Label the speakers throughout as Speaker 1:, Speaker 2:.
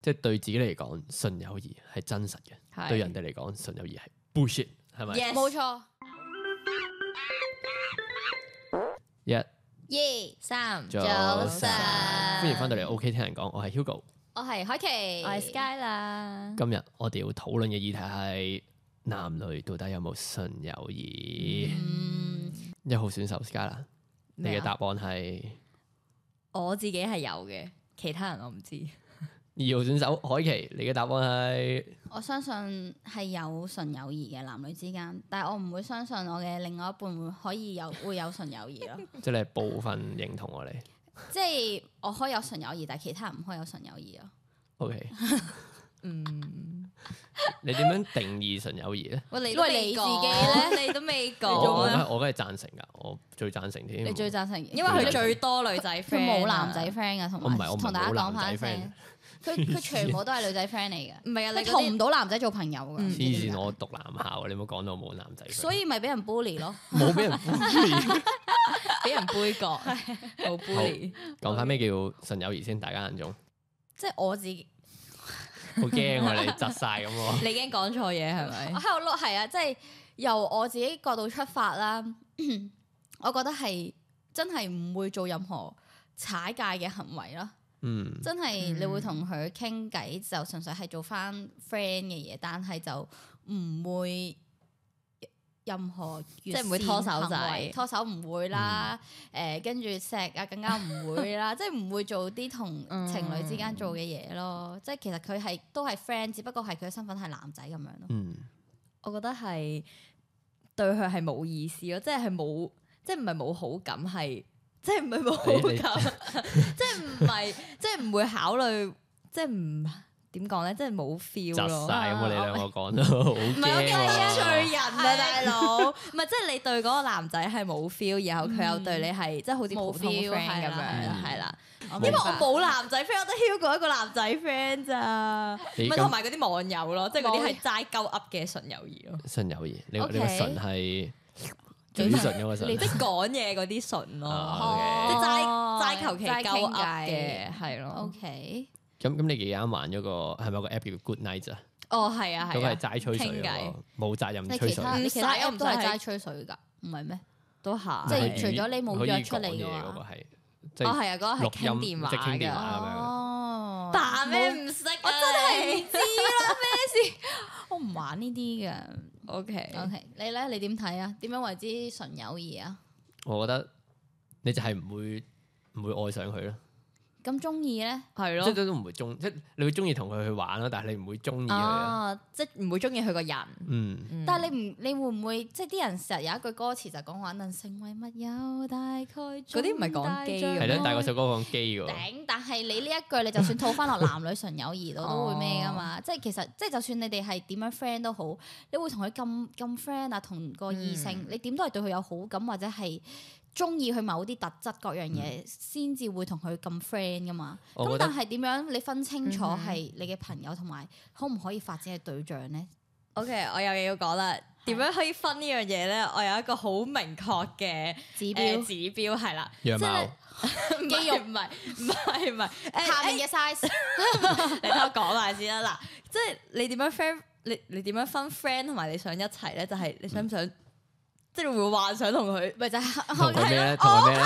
Speaker 1: 即係對自己嚟講，純友誼係真實嘅；
Speaker 2: 係
Speaker 1: 對人哋嚟講，純友誼係 bullshit，係咪？
Speaker 2: 冇錯，
Speaker 1: 一
Speaker 3: 一三，
Speaker 1: 早晨歡迎翻到嚟 OK 聽人講，我係 Hugo。
Speaker 3: 我係海琪，
Speaker 2: 我係 Sky
Speaker 3: 嗯
Speaker 2: 啦，
Speaker 1: 今日我哋要討論嘅議題係男女到底有冇純友
Speaker 3: 嗯
Speaker 1: 誼？一號選手 Skyla，你
Speaker 2: 嗯咩
Speaker 1: 嘅
Speaker 2: 啊
Speaker 1: 答案係
Speaker 2: 我自己係有嘅，其他人我唔知。
Speaker 1: 二號選手海琪，你嘅答案係
Speaker 3: 我相信係有純友誼嘅男女之間，但係我唔會相信我嘅另外一半會可以有會有純友誼 咯。
Speaker 1: 即係你係部分認同我哋。
Speaker 3: 即係我可以有純友誼，但係其他人唔可以有純友誼咯。
Speaker 1: OK，
Speaker 2: 嗯，
Speaker 1: 你點樣定義純友誼咧？
Speaker 3: 喂，你
Speaker 2: 因為你自己咧， 你都未
Speaker 1: 我我
Speaker 2: 講
Speaker 1: 梗
Speaker 2: 啊，
Speaker 1: 係我梗係贊成㗎，我最贊成添。
Speaker 3: 你最贊成，
Speaker 2: 因為佢最多女仔 friend，
Speaker 3: 佢
Speaker 2: 啊
Speaker 3: 冇男仔，friend 嘅，同
Speaker 1: 我唔係我
Speaker 3: 埋
Speaker 1: 唔係
Speaker 3: 同大家講
Speaker 1: 冇男
Speaker 3: 翻
Speaker 1: 仔
Speaker 3: 聲
Speaker 1: friend，
Speaker 3: 佢佢全部都係女仔 friend 嚟嘅，
Speaker 2: 唔係啊，你
Speaker 3: 佢
Speaker 2: 嗰
Speaker 3: 同唔
Speaker 2: 啲，
Speaker 3: 到男仔做朋友㗎。
Speaker 2: 嗯
Speaker 3: 唔
Speaker 1: 黐
Speaker 3: 知點解
Speaker 1: 線！我讀男校，你冇講到冇男仔 friend，
Speaker 3: 所以咪俾人 bully 咯。
Speaker 1: 冇俾人 bully。
Speaker 2: 俾人杯 葛，冇 bully，
Speaker 1: 講翻咩叫純友誼先，大家眼中
Speaker 3: 即係我自己，
Speaker 1: 好驚我哋窒晒咁喎。
Speaker 2: 你已經講錯嘢係咪
Speaker 3: 我？喺度碌係啊，即係由我自己角度出發啦。 我覺得係真係唔會做任何踩界嘅行為咯。
Speaker 1: 嗯，
Speaker 3: 真係你會同佢傾偈，就純粹係做翻 friend 嘅嘢，但係就唔會任何即
Speaker 2: 係唔會拖手仔嗯
Speaker 3: 拖手唔會啦。誒，跟住錫啊，更加唔 會啦，即係唔會做啲同
Speaker 2: 嗯
Speaker 3: 情侶之間做嘅嘢咯。即係其實佢係都係 friend，只不過係佢嘅身份係男仔咁樣咯。
Speaker 1: 嗯，
Speaker 2: 我覺得係對佢係冇意思咯，即係係冇，即係唔係冇好感，係即係唔係冇
Speaker 1: 啊
Speaker 2: 好感，即係唔係，即係唔會考慮，即係唔點講咧，即係冇 feel
Speaker 1: 嗯窒
Speaker 2: 咯。
Speaker 1: 晒咁，我哋兩個講得好
Speaker 2: 唔係我
Speaker 1: 驚
Speaker 2: 驚得罪
Speaker 1: 喎。
Speaker 2: 人啊，大 佬！唔係即係你對嗰個男仔係冇 feel，然後佢又對你係即係好似普通
Speaker 3: 嗯冇 feel，
Speaker 2: friend 咁樣，
Speaker 3: 係啦
Speaker 2: 係啦。
Speaker 3: 因
Speaker 1: 明白
Speaker 2: 因為我冇男仔 friend，我得 Hugo 一個男仔 friend 咋，
Speaker 1: 你
Speaker 2: 咪
Speaker 1: 咁
Speaker 2: 同埋嗰啲網友咯，即係嗰啲係齋鳩噏嘅純友誼咯，
Speaker 1: 純友誼，你你個
Speaker 3: OK
Speaker 1: 純係嘴唇嗰個
Speaker 2: 即
Speaker 1: 唇，
Speaker 2: 係講嘢嗰啲純咯，
Speaker 1: 啊
Speaker 2: 即
Speaker 1: ，OK
Speaker 2: 係齋
Speaker 3: 哦
Speaker 2: 齋求其鳩
Speaker 3: 傾
Speaker 2: 噏
Speaker 3: 偈
Speaker 2: 嘅，係咯
Speaker 3: O。K，
Speaker 1: 咁咁你幾啱玩咗個係咪有個 app 叫 Good Night 啊？
Speaker 2: 哦，係啊，
Speaker 1: 嗰
Speaker 2: 係
Speaker 1: 個
Speaker 2: 啊
Speaker 1: 係，齋吹水
Speaker 2: 傾
Speaker 1: 嗰
Speaker 2: 偈
Speaker 1: 個，冇責任
Speaker 3: 你
Speaker 1: 嗯吹
Speaker 3: 其
Speaker 1: 水。
Speaker 3: 他你其他
Speaker 2: 唔使我
Speaker 3: app
Speaker 2: 唔
Speaker 3: 都係
Speaker 2: 使
Speaker 3: 齋吹水㗎，唔係咩？
Speaker 2: 都係。
Speaker 3: 即係
Speaker 1: 係
Speaker 3: 除咗你冇
Speaker 1: 可以
Speaker 3: 約出嚟
Speaker 1: 講
Speaker 3: 嘅
Speaker 1: 嘢嗰
Speaker 3: 話
Speaker 1: 個係，即
Speaker 2: 哦，
Speaker 1: 係
Speaker 2: 係啊，嗰個係
Speaker 1: 錄
Speaker 2: 傾
Speaker 1: 音
Speaker 2: 電話
Speaker 1: 即係傾電
Speaker 2: 㗎
Speaker 1: 話。
Speaker 3: 哦
Speaker 2: 扮咩唔識啊？我真係唔知啦咩事。
Speaker 3: 我唔玩呢啲嘅。
Speaker 2: O K，
Speaker 3: OK，你咧你點睇啊？點樣為之純友誼啊？
Speaker 1: 我覺得你就係唔會唔會愛上佢咯，
Speaker 3: 咁中意咧？
Speaker 2: 係
Speaker 1: 即係都唔會中，即係你會中意同佢去玩咯，但係你唔會中意佢
Speaker 3: 哦
Speaker 1: 啊。
Speaker 2: 啊，即係唔會中意佢個人。
Speaker 1: 嗯，
Speaker 3: 但係你唔你會唔會即係啲人成日有一句歌詞就講話能成為密友大概嗰
Speaker 2: 啲唔係講基嘅
Speaker 1: 係咧，但係嗰首歌講基喎，
Speaker 3: 頂，但係你呢一句你就算套翻落男女純友誼度都會咩噶嘛？即係其實即係就算你哋係點樣 friend 都好，你會同佢咁咁 friend 啊，同個異性，你點都係對佢有好感或者係中意佢某啲特質各樣嘢，先至會同佢咁 friend 噶嘛。
Speaker 1: 我
Speaker 3: 咁
Speaker 1: 覺得
Speaker 3: 但係點樣你分清楚
Speaker 2: 嗯哼
Speaker 3: 係你嘅朋友同埋可唔可以發展嘅對象呢？
Speaker 2: O K，我有嘢要講啦。點樣可以分呢樣嘢咧？我有一個好明確嘅
Speaker 3: 指
Speaker 2: 呃
Speaker 3: 標
Speaker 2: 指標係啦，
Speaker 1: 樣
Speaker 2: 即
Speaker 1: 貌
Speaker 2: 係。肌肉唔係唔係唔係
Speaker 3: 下
Speaker 2: 誒
Speaker 3: 面嘅 size
Speaker 2: 你聽我講埋先啦。嗱，即係你點樣 friend？你你點樣分 friend 同埋你想一齊咧？就係你想唔想？即係你會幻想同佢
Speaker 3: 咪就係
Speaker 1: 同
Speaker 2: 哦
Speaker 1: 佢
Speaker 2: 啊
Speaker 1: 咩咧？同佢咩咧？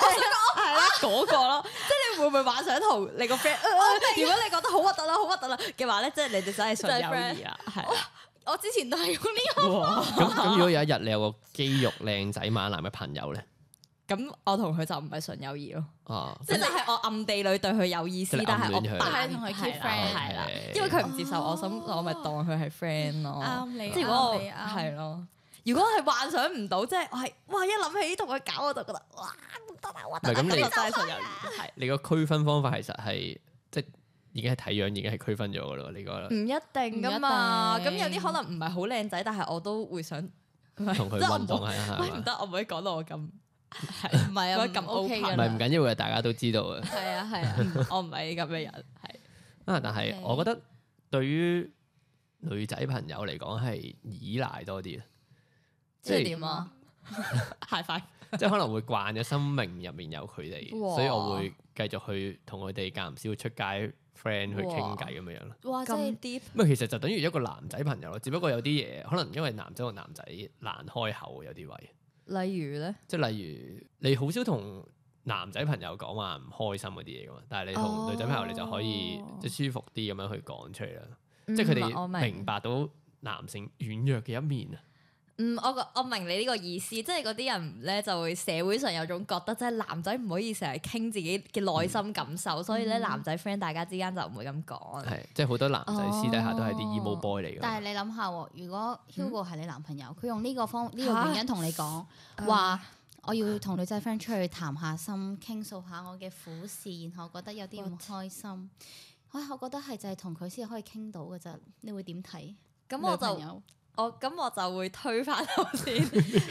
Speaker 2: 係啦， 嗰個咯，即係你會唔會幻想同你個 friend？如哦果你覺得好核突啦，好核突啦嘅話咧，即係你哋真係純友誼啦，係啊啦。
Speaker 3: 我之前都係用呢個
Speaker 1: 咁咁，如果有一日你有個肌肉靚仔馬男嘅朋友咧，
Speaker 2: 咁我同佢就唔係純友誼咯，
Speaker 1: 啊，
Speaker 2: 即係係我暗地裏對佢有意
Speaker 1: 即
Speaker 2: 思
Speaker 1: 係，你
Speaker 2: 但
Speaker 1: 暗
Speaker 2: 係
Speaker 1: 戀佢
Speaker 2: 我扮
Speaker 3: 但係同佢 keep
Speaker 2: 係
Speaker 3: friend
Speaker 2: 啦係啦
Speaker 1: OK，
Speaker 2: 因為佢唔接受我，咁我咪當佢係 friend 咯。
Speaker 3: 你
Speaker 2: 即係如果我
Speaker 3: 啱你啱
Speaker 2: 係咯，如果係幻想唔到，即係我係哇一諗起同佢搞，我就覺得哇唔得啦，我
Speaker 1: 唔係咁
Speaker 2: 真
Speaker 1: 你
Speaker 2: 係純友誼係。
Speaker 1: 你個區分方法其實係即係已經係睇樣已經係區分咗噶咯，你覺得
Speaker 2: 唔一定噶嘛，
Speaker 3: 唔一
Speaker 2: 咁
Speaker 3: 定
Speaker 2: 有啲可能唔係好靚仔，但係我都會想
Speaker 1: 同佢
Speaker 2: 即係我
Speaker 1: 運動啊係
Speaker 2: 喂唔
Speaker 1: 係嘛？
Speaker 2: 得，我唔可以講到我咁，
Speaker 3: 唔 係
Speaker 2: 唔可
Speaker 3: 啊，
Speaker 2: 以咁
Speaker 3: 唔 OK
Speaker 1: 唔
Speaker 3: 㗎
Speaker 2: open
Speaker 1: 係
Speaker 3: 啦
Speaker 1: 唔緊要嘅，大家都知道嘅。
Speaker 2: 係啊係啊， 我唔係咁嘅人，係
Speaker 1: 啊，但係
Speaker 3: OK
Speaker 1: 我覺得對於女仔朋友嚟講係依賴多啲，啊即係
Speaker 2: 點啊？high five
Speaker 1: 即係可能會慣咗生命入面有佢哋，
Speaker 2: 哇
Speaker 1: 所以我會繼續去同佢哋間唔少出街 friend 去傾偈咁樣樣咯。
Speaker 3: 哇！即係
Speaker 2: 咁 deep
Speaker 1: 唔係，其實就等於一個男仔朋友咯，只不過有啲嘢可能因為男仔同男仔難開口，有啲位，
Speaker 2: 例如咧，
Speaker 1: 即係例如你好少同男仔朋友講話唔開心嗰啲嘢噶嘛，但係你同女仔朋友你就可以
Speaker 3: 哦
Speaker 1: 即係舒服啲咁樣去講出嚟啦，即係佢
Speaker 2: 嗯我
Speaker 1: 哋
Speaker 2: 明
Speaker 1: 明白到男性軟弱嘅一面啊。
Speaker 2: 嗯，我個我明你呢個意思，即係嗰啲人咧就會社會上有種覺得，即係男仔唔可以成日傾自己
Speaker 3: 嗯
Speaker 2: 嘅內心感受，所以
Speaker 1: 嗯
Speaker 2: 咧男仔 friend 大家之間就唔會咁講。
Speaker 1: 係，即係好多男仔私底下都係啲
Speaker 3: 哦
Speaker 1: emo boy 嚟㗎嘛。
Speaker 3: 但係你諗下喎，如果 Hugo 係你男朋友，佢用呢個方呢
Speaker 2: 嚇
Speaker 3: 個原因同你講話，我要同女仔 friend 出去談下心，傾訴下我嘅苦事，然後覺得有啲唔開心。唉，我覺得係就係同佢先可以傾到嘅咋，你會點睇？
Speaker 2: 咁我
Speaker 3: 女朋
Speaker 2: 就
Speaker 3: 友
Speaker 2: 我咁我就會推 翻頭先，係唔係唔係
Speaker 3: 咪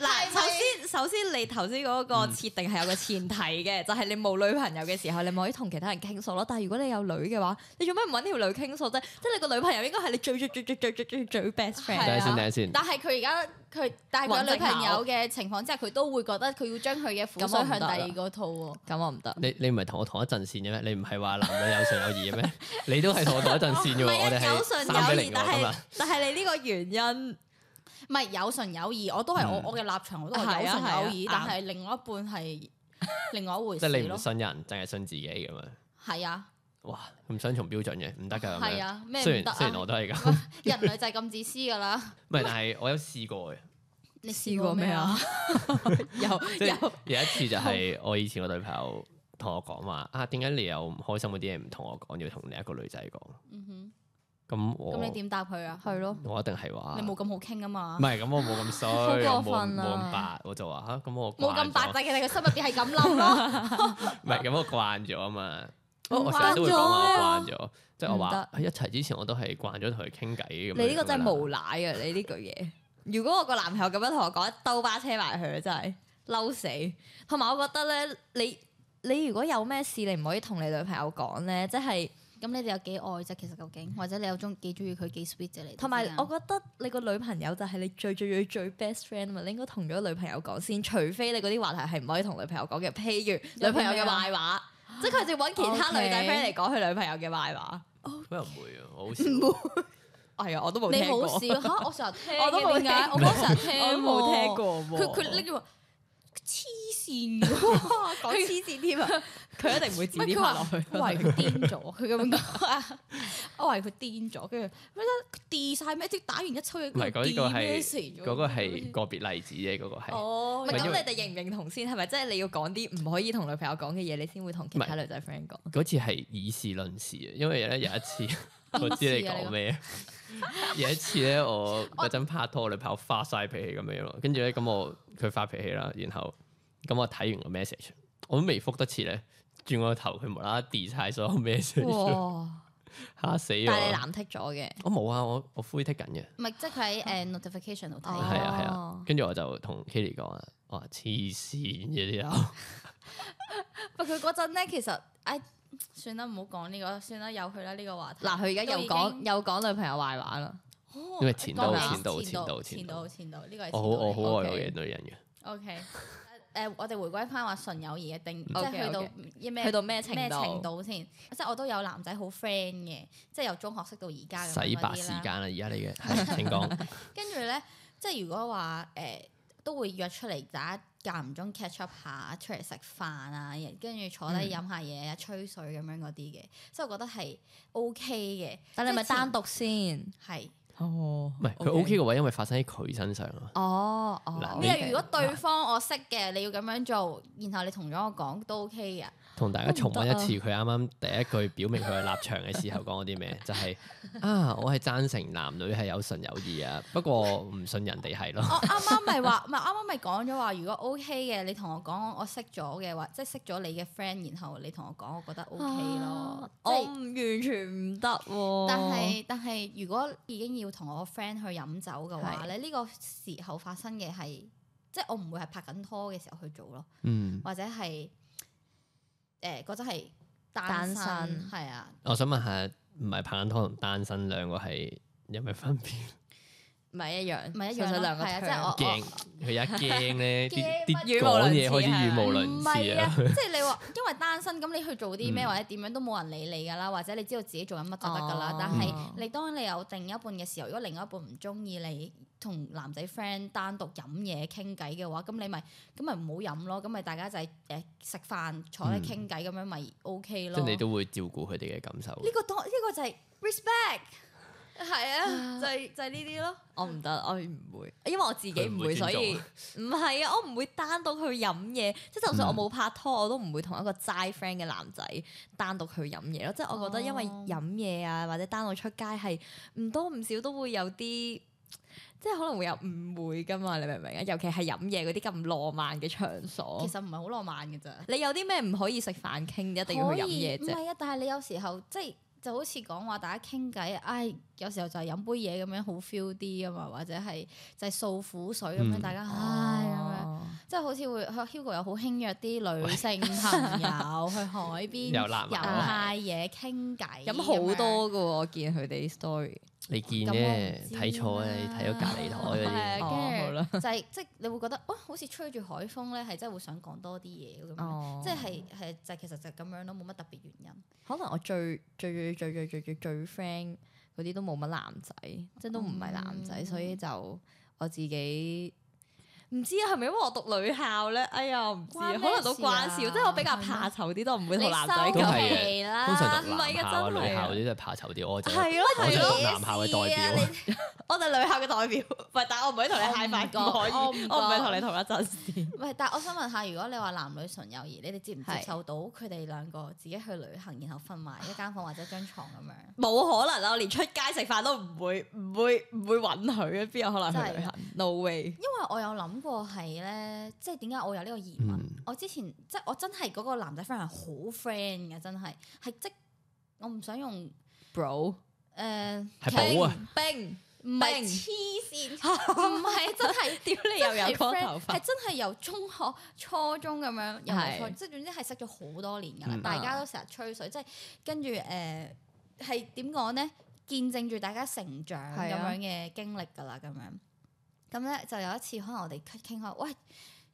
Speaker 2: 嗱，
Speaker 3: 係咪
Speaker 2: 首先首先你頭先嗰個設定係有個前提嘅， 就係你冇女朋友嘅時候，你咪可以同其他人傾訴咯。但係如果你有女嘅話，你做咩唔揾條女傾訴啫？即係你個女朋友應該係你最最最最最最最最 best
Speaker 1: 等下
Speaker 2: friend
Speaker 3: 係。啊
Speaker 1: 先，等下先。
Speaker 3: 但係佢而家佢但係佢有女朋友嘅情況之下，佢都會覺得佢要將佢嘅苦水
Speaker 2: 咁我唔
Speaker 3: 向
Speaker 2: 得
Speaker 3: 第
Speaker 2: 啦
Speaker 3: 二個套喎。
Speaker 2: 咁我唔得。
Speaker 1: 你你唔係同我同一陣線嘅咩？你唔係話男女有順有異嘅咩？ 你都係同我同一陣線嘅
Speaker 3: 哦
Speaker 2: 唔係
Speaker 1: 喎，
Speaker 2: 啊
Speaker 1: 我哋
Speaker 2: 有
Speaker 1: 係
Speaker 2: 順
Speaker 1: 三比
Speaker 2: 有異
Speaker 1: 零，啊
Speaker 2: 但
Speaker 1: 㗎
Speaker 2: 係
Speaker 1: 嘛。
Speaker 2: 但係你呢個原因
Speaker 3: 唔係有純友誼，我都係我我嘅立場，我都嗯係有純友誼，
Speaker 2: 係啊係啊
Speaker 3: 但係另外一半係另外一回
Speaker 1: 即係
Speaker 3: 事
Speaker 1: 你唔
Speaker 3: 咯。
Speaker 1: 信人，淨係信自己咁樣。
Speaker 3: 係啊，
Speaker 1: 哇，咁雙重標準嘅，唔得㗎咁
Speaker 3: 係
Speaker 1: 樣。
Speaker 3: 啊，咩
Speaker 1: 雖
Speaker 3: 唔
Speaker 1: 然
Speaker 3: 得
Speaker 1: 雖然我
Speaker 3: 啊？
Speaker 1: 都係 咁，
Speaker 3: 人類就係咁自私 㗎啦。
Speaker 1: 唔係，但係我有試過嘅。
Speaker 3: 你
Speaker 2: 試過咩啊？ 有
Speaker 1: 即係
Speaker 2: 有
Speaker 1: 有一次就係我以前個女朋友同我講話啊，點解你有唔開心嗰啲嘢唔同我講，要同另一個女仔講？
Speaker 3: 嗯
Speaker 1: 咁
Speaker 3: 哼，咁你
Speaker 1: 我
Speaker 3: 點答 佢啊？
Speaker 2: 係咯，
Speaker 1: 我一定係話
Speaker 3: 你冇咁好傾啊 嘛
Speaker 1: 唔。係咁，我冇咁 衰，我
Speaker 2: 好
Speaker 1: 冇
Speaker 2: 過分
Speaker 1: 冇
Speaker 2: 啊
Speaker 1: 咁白，我就話嚇咁我
Speaker 3: 冇咁
Speaker 1: 慣
Speaker 3: 白
Speaker 1: 咗
Speaker 3: 仔嘅，你個心入邊係咁 諗咯。
Speaker 1: 唔係咁，我慣咗啊嘛。
Speaker 2: 唔啊
Speaker 1: 我我成日都會講話我慣咗，即係我
Speaker 2: 唔得
Speaker 1: 話喺一齊之前我都係慣咗同佢傾偈咁樣。
Speaker 2: 你呢個真係無
Speaker 1: 咁樣啦
Speaker 2: 賴啊！你呢句嘢，如果我個男朋友咁樣同我講，一兜巴車埋佢，真係嬲死。同埋我覺得咧，你你如果有咩事，你唔可以同你女朋友講咧，即係
Speaker 3: 咁你哋有幾愛啫？其實究竟，或者你有中幾中意佢幾 sweet 啫？你
Speaker 2: 同埋
Speaker 1: 嗯
Speaker 3: 知啊
Speaker 2: 我
Speaker 3: 㗎
Speaker 2: 覺得你個女朋友就係你最最最最 best friend 啊嘛，你應該同咗女朋友講先，除非你嗰啲話題係唔可以同女朋友講嘅，譬如
Speaker 3: 有
Speaker 2: 女
Speaker 3: 啲
Speaker 2: 朋友
Speaker 3: 咩
Speaker 2: 嘅
Speaker 3: 啊
Speaker 2: 壞話，即係佢就揾其他女仔 friend 嚟
Speaker 3: OK
Speaker 2: 講佢女朋友嘅壞話。
Speaker 1: 咁又唔會啊，我好少。
Speaker 2: 係啊，我都冇
Speaker 3: 你
Speaker 2: 聽過
Speaker 3: 好，少嚇，我成日聽
Speaker 2: 我都冇
Speaker 3: 嘅，點解？
Speaker 2: 聽
Speaker 3: 我嗰成日 聽，
Speaker 2: 我都冇聽。過
Speaker 3: 佢
Speaker 2: 喎。
Speaker 3: 佢拎住話黐線㗎喎。
Speaker 2: 講黐線添啊！佢一定唔會自
Speaker 3: 唔係
Speaker 2: 己拍
Speaker 3: 佢話
Speaker 2: 落去
Speaker 3: 我
Speaker 2: 啦。
Speaker 3: 為佢癲咗，佢咁樣講，我為佢癲咗，跟住咩佢跌晒咩？即係打完一抽嘢，
Speaker 1: 唔係嗰呢個係嗰
Speaker 3: 嗰
Speaker 1: 個係個別例子啫，嗰個係。
Speaker 3: 哦
Speaker 2: 唔，
Speaker 1: 係
Speaker 2: 係咁，
Speaker 1: 因為
Speaker 2: 你哋認唔認同先？係咪即係你要講啲唔可以同女朋友講嘅嘢，你先會同其他女仔 friend 講？
Speaker 1: 嗰次係以事論事啊，因為咧有一次 我知你講咩啊，有一次咧 我嗰陣拍拖，我女朋友發晒脾氣咁樣咯，跟住咧咁我佢發脾氣啦，然後咁我睇完個 message，我都未覆得切咧，轉個頭佢無啦啦 delete 晒所有 message，
Speaker 2: 哇！
Speaker 1: 嚇死
Speaker 2: 但係你
Speaker 1: 我！
Speaker 2: 藍剔咗嘅，
Speaker 1: 我冇啊，我我灰剔緊嘅。
Speaker 3: 唔係即係佢喺誒 notification 度
Speaker 2: 哦
Speaker 1: 係
Speaker 3: 睇，
Speaker 1: 啊係啊，跟住我就同 Kelly 講啊，我話黐線嘅啲啊友，
Speaker 3: 不過佢嗰陣咧其實，唉，算啦，唔好講呢個，算啦，由佢啦呢個話題。
Speaker 2: 嗱，佢而家又
Speaker 3: 都已
Speaker 2: 講
Speaker 3: 經
Speaker 2: 又講女朋友壞話啦。
Speaker 3: 哦
Speaker 1: 因為前度
Speaker 3: 講啦
Speaker 1: 前度
Speaker 3: 前度
Speaker 1: 前
Speaker 3: 前
Speaker 1: 度
Speaker 3: 度前度呢個係
Speaker 1: 我好我好愛我嘅女人嘅，
Speaker 3: 好 OK。誒，呃我哋回歸翻話純友誼嘅定，即
Speaker 2: 嗯
Speaker 3: 係去到
Speaker 2: OK，OK
Speaker 3: 一咩
Speaker 2: 去到咩程
Speaker 3: 咩程
Speaker 2: 度？
Speaker 3: 度先？即係我都有男仔好 friend 嘅，即係由中學識到而家咁
Speaker 1: 洗
Speaker 3: 樣嗰
Speaker 1: 白
Speaker 3: 啲
Speaker 1: 時
Speaker 3: 啦。
Speaker 1: 間啦，而家 你嘅，係請講，
Speaker 3: 跟住咧，即係如果話誒、都會約出嚟，大家間唔中 catch up 下，出嚟食飯啊，跟住坐低
Speaker 2: 嗯
Speaker 3: 飲下嘢啊，吹水咁樣嗰啲嘅，即係我覺得係 OK 嘅。
Speaker 2: 但你咪
Speaker 3: 即係前
Speaker 2: 單獨先？
Speaker 3: 係
Speaker 2: 哦，
Speaker 1: 唔係佢 OK 嘅位，因為發生喺佢身上啊，
Speaker 2: 哦哦
Speaker 1: 嗱，
Speaker 3: 你
Speaker 1: 你
Speaker 3: 如果對方我識嘅，你要咁樣做，然後你同咗我講都 OK 嘅。
Speaker 1: 同大家重温一
Speaker 2: 我唔
Speaker 1: 次佢啱啱第一句表明佢嘅立場嘅時候講嗰啲咩，就係啊，我係贊成男女係有純友誼 啊，不過唔信人哋係咯，
Speaker 3: 我啱啱咪話，唔 係啱啱咪講咗話，如果 OK 嘅，你同我講我識咗嘅話，即係識咗你嘅 friend，然後你同我講，我覺得 OK 咯
Speaker 2: 啊。
Speaker 3: 哦即係
Speaker 2: 我唔完全唔得喎。
Speaker 3: 但係但係，如果已經要同我 friend 去飲酒嘅話咧，呢個時候發生嘅係，即係我唔會係拍緊拖嘅時候去做咯，
Speaker 1: 嗯，
Speaker 3: 或者係誒嗰陣係
Speaker 2: 單
Speaker 3: 單身
Speaker 2: 身
Speaker 3: 係啊，
Speaker 1: 我想問下，唔係拍緊拖同單身兩個係有咩分別？
Speaker 2: 唔係一樣，
Speaker 3: 唔係一
Speaker 2: 純
Speaker 3: 樣
Speaker 2: 粹
Speaker 3: 咯
Speaker 2: 兩個
Speaker 3: 係啊
Speaker 2: term
Speaker 3: 即係我
Speaker 1: 驚佢一驚咧，啲
Speaker 3: 驚
Speaker 1: 啲
Speaker 3: 乜
Speaker 2: 語無
Speaker 1: 講
Speaker 2: 倫
Speaker 1: 嘢
Speaker 2: 次
Speaker 1: 開始
Speaker 2: 啊
Speaker 1: 語無
Speaker 3: 唔
Speaker 1: 倫次
Speaker 3: 係
Speaker 1: 啊！
Speaker 3: 啊，即係你話，因為單身咁，你去做啲咩
Speaker 1: 嗯
Speaker 3: 或者點樣都冇人理你㗎啦，或者你知道自己做緊乜就得㗎啦
Speaker 2: 哦。
Speaker 3: 但係你當你有另一半嘅時候，如果另一半唔中意你同男仔 friend 單獨飲嘢傾偈嘅話，咁你咪咁咪唔好飲咯，咁咪大家就係誒食飯坐低傾偈咁樣咪 OK
Speaker 1: 嗯即
Speaker 3: 咯。
Speaker 1: 係你
Speaker 3: 呢
Speaker 1: 都會照顧佢哋嘅感受。
Speaker 3: 個當呢個就係 respect，
Speaker 2: 係啊，就係就係呢啲咯。我唔得，我唔會，因為我自己唔會，
Speaker 1: 佢唔會
Speaker 2: 所
Speaker 1: 尊重
Speaker 2: 以唔係啊，我唔會單獨去飲嘢。即係就
Speaker 1: 嗯
Speaker 2: 算我冇拍拖，我都唔會同一個齋 friend 嘅男仔單獨去飲嘢咯。即係我覺得，因為
Speaker 3: 哦
Speaker 2: 飲嘢啊，或者單獨出街係唔多唔少都會有啲，即係可能會有誤會噶嘛。你明唔明啊？尤其係飲嘢嗰啲咁浪漫嘅場所
Speaker 3: 其，實唔係好浪漫㗎咋。
Speaker 2: 你有啲咩唔可以食飯傾，一定要
Speaker 3: 可
Speaker 2: 去
Speaker 3: 以
Speaker 2: 飲嘢
Speaker 3: 唔
Speaker 2: 啫。
Speaker 3: 係啊，但係你有時候即係就好似講話大家傾偈，唉，有時候就係飲杯嘢咁樣好 feel 啲啊嘛，或者係就係訴苦水咁樣，
Speaker 1: 嗯
Speaker 3: 大家唉咁樣，
Speaker 2: 哦
Speaker 3: 即係好似會 Hugo 又好輕約啲女性朋友去海 邊
Speaker 1: 又辣
Speaker 3: 飲
Speaker 1: 埋
Speaker 3: 下嘢傾偈，
Speaker 2: 飲好多噶喎，我見佢哋啲 story。
Speaker 1: 你見
Speaker 3: 咁
Speaker 1: 咧
Speaker 3: 我唔知啊
Speaker 1: 睇錯咧，你睇咗隔離台嗰
Speaker 3: 係
Speaker 1: 啲。
Speaker 2: 哦好
Speaker 3: 啊
Speaker 2: 啦
Speaker 3: 跟住就係即係你會覺得哦，好似吹住海風咧，係真係會想講多啲嘢咁樣，
Speaker 2: 哦
Speaker 3: 即係係就係其實就係咁樣咯，冇乜特別原因。
Speaker 2: 可能我最最最最最最最 friend 嗰啲都冇乜男仔，即係都唔係男仔，
Speaker 3: 嗯
Speaker 2: 所以就我自己唔知啊，係咪因為我讀女校咧？哎呀，我唔知啊，
Speaker 3: 關咩
Speaker 2: 可能都關
Speaker 3: 事啊
Speaker 2: 事，即係我比較
Speaker 3: 係咩
Speaker 2: 怕醜啲，都唔會
Speaker 3: 你
Speaker 2: 同男仔
Speaker 1: 都
Speaker 3: 收
Speaker 1: 係
Speaker 2: 講。
Speaker 1: 嘅
Speaker 3: 皮啦，
Speaker 1: 通常讀
Speaker 2: 唔係
Speaker 1: 男
Speaker 2: 嘅
Speaker 1: 校啊、
Speaker 2: 真係啊
Speaker 1: 女校嗰啲都係怕醜啲，我就
Speaker 2: 係咯
Speaker 1: 我
Speaker 2: 係
Speaker 1: 就
Speaker 2: 咯
Speaker 1: 係，男校
Speaker 3: 啊
Speaker 1: 嘅代表。
Speaker 2: 我哋女校嘅代表，唔係，但我唔可以同你
Speaker 3: 我唔
Speaker 2: high five，唔
Speaker 3: 覺
Speaker 2: 可以，
Speaker 3: 我
Speaker 2: 我
Speaker 3: 唔
Speaker 2: 唔
Speaker 3: 覺
Speaker 2: 係同你同一陣線。
Speaker 3: 喂，但係我想問下，如果你話男女純友誼，你哋接唔接
Speaker 2: 係
Speaker 3: 受到佢哋兩個自己去旅行，然後瞓埋一間房或者張床咁樣？
Speaker 2: 冇可能啦！我連出街食飯都唔會，唔會，唔會允許嘅，邊有可能去旅行？No way！
Speaker 3: 因為我有諗過係咧，即係點解我有呢個疑問？
Speaker 1: 嗯
Speaker 3: 我之前即係我真係嗰個男仔 friend 係好 friend 嘅，真係係即我唔想用
Speaker 2: bro，
Speaker 3: 誒，
Speaker 1: 係
Speaker 3: 其實
Speaker 1: 寶啊
Speaker 2: 冰，
Speaker 3: 唔係黐 線，唔係真係。
Speaker 2: 屌你又有
Speaker 3: 係
Speaker 2: 光
Speaker 3: friend，
Speaker 2: 頭
Speaker 3: 係
Speaker 2: 髮，
Speaker 3: 真係由中學、 初中咁樣，由
Speaker 2: 係
Speaker 3: 初即係總之係識咗好多年㗎啦，
Speaker 1: 嗯
Speaker 3: 大家都成日吹水，即係跟住誒呃係點講咧？見證住大家成長
Speaker 2: 係
Speaker 3: 咁
Speaker 2: 啊
Speaker 3: 樣嘅經歷㗎啦，咁樣咁咧就有一次可能我哋傾傾開，喂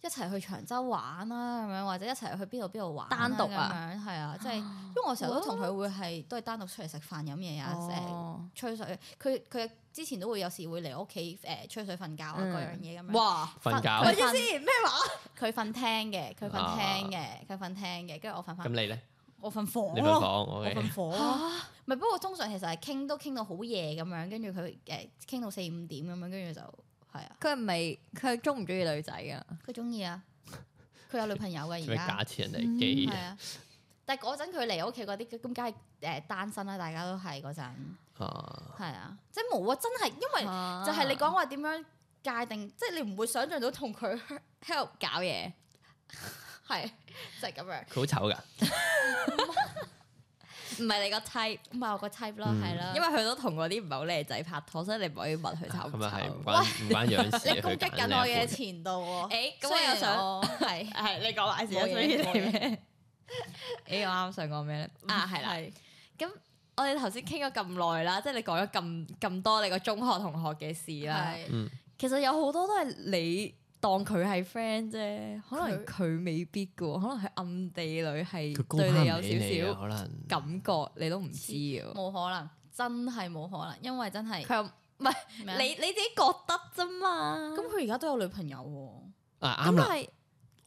Speaker 3: 一齊去長洲玩啦，咁樣或者一齊去邊度邊度玩啦
Speaker 2: 單獨啊
Speaker 3: 咁樣係啊，即係因為我成日都同佢會係都係單獨出嚟食飯飲嘢啊，誒
Speaker 2: 哦
Speaker 3: 吹水，佢佢之前都會有時會嚟我屋企誒吹水瞓覺啊，
Speaker 2: 嗯
Speaker 3: 各樣嘢咁樣。
Speaker 2: 哇！
Speaker 1: 瞓
Speaker 3: 瞓
Speaker 2: 喂，
Speaker 1: 覺
Speaker 3: 佢
Speaker 2: 一先咩 話？
Speaker 3: 佢瞓廳嘅，佢瞓
Speaker 1: 啊
Speaker 3: 廳嘅，佢瞓廳嘅，跟住我瞓
Speaker 1: 咁
Speaker 3: 翻，
Speaker 1: 你咧？
Speaker 3: 我瞓房
Speaker 1: 你瞓
Speaker 3: 咯，
Speaker 1: 房
Speaker 3: 我
Speaker 1: 我嘅
Speaker 3: 瞓房
Speaker 2: 啊
Speaker 3: 咯。唔係，不過通常其實係傾都傾到好夜咁樣，跟住佢誒傾到四五點咁樣，跟住就係啊，
Speaker 2: 佢唔係佢中唔中意女仔噶？
Speaker 3: 佢中意啊，佢有女朋友嘅
Speaker 1: 做 咩
Speaker 3: 而家
Speaker 1: 假，設人哋基
Speaker 3: 嗯係啊。但係嗰陣佢嚟我屋企嗰啲，咁梗係誒單身啦，大家都係嗰陣，
Speaker 1: 啊？
Speaker 3: 係啊，即係冇啊，真係因為就
Speaker 2: 就
Speaker 3: 係你講話點樣界定，即係你唔會想象到同佢 喺度
Speaker 2: 搞嘢，
Speaker 3: 係就係咁樣。
Speaker 1: 佢好醜㗎，
Speaker 2: 唔係你個 type，啊
Speaker 3: 唔係我個 type 咯，
Speaker 1: 嗯
Speaker 3: 係啦，
Speaker 2: 因為佢都同嗰啲唔係好靚仔拍拖，所以你唔可以問佢醜唔
Speaker 1: 咁啊係唔
Speaker 2: 醜。
Speaker 1: 關唔關樣事啊。
Speaker 3: 你攻擊緊我嘅前度喎。
Speaker 2: 誒，咁我又想
Speaker 3: 係
Speaker 2: 係你講埋先啊，
Speaker 3: 冇
Speaker 2: 所以
Speaker 3: 嘢冇
Speaker 2: 你
Speaker 3: 嘢
Speaker 2: 咩？ 誒，我啱想講咩咧？ 啊，係啦，我哋頭先傾咗咁耐啦，即係你講咗咁咁多你個中學同學嘅事啦。
Speaker 3: 係
Speaker 1: 嗯
Speaker 2: 其實有好多都係你當佢係 friend 啫，可能佢未必嘅喎，可能佢暗地裏
Speaker 1: 佢
Speaker 2: 係
Speaker 1: 高
Speaker 2: 對
Speaker 1: 攀
Speaker 2: 你
Speaker 1: 唔起你
Speaker 2: 有
Speaker 1: 啊
Speaker 2: 少少
Speaker 1: 可能
Speaker 2: 感覺，你都唔知嘅。
Speaker 3: 冇可能，真係冇可能，因為真係啊
Speaker 2: 佢又唔係
Speaker 3: 你
Speaker 2: 你你自己覺得啫嘛。
Speaker 3: 咁佢而家都有女朋友喎，
Speaker 1: 啊
Speaker 2: 咁
Speaker 1: 啱啦，
Speaker 2: 係
Speaker 3: 啊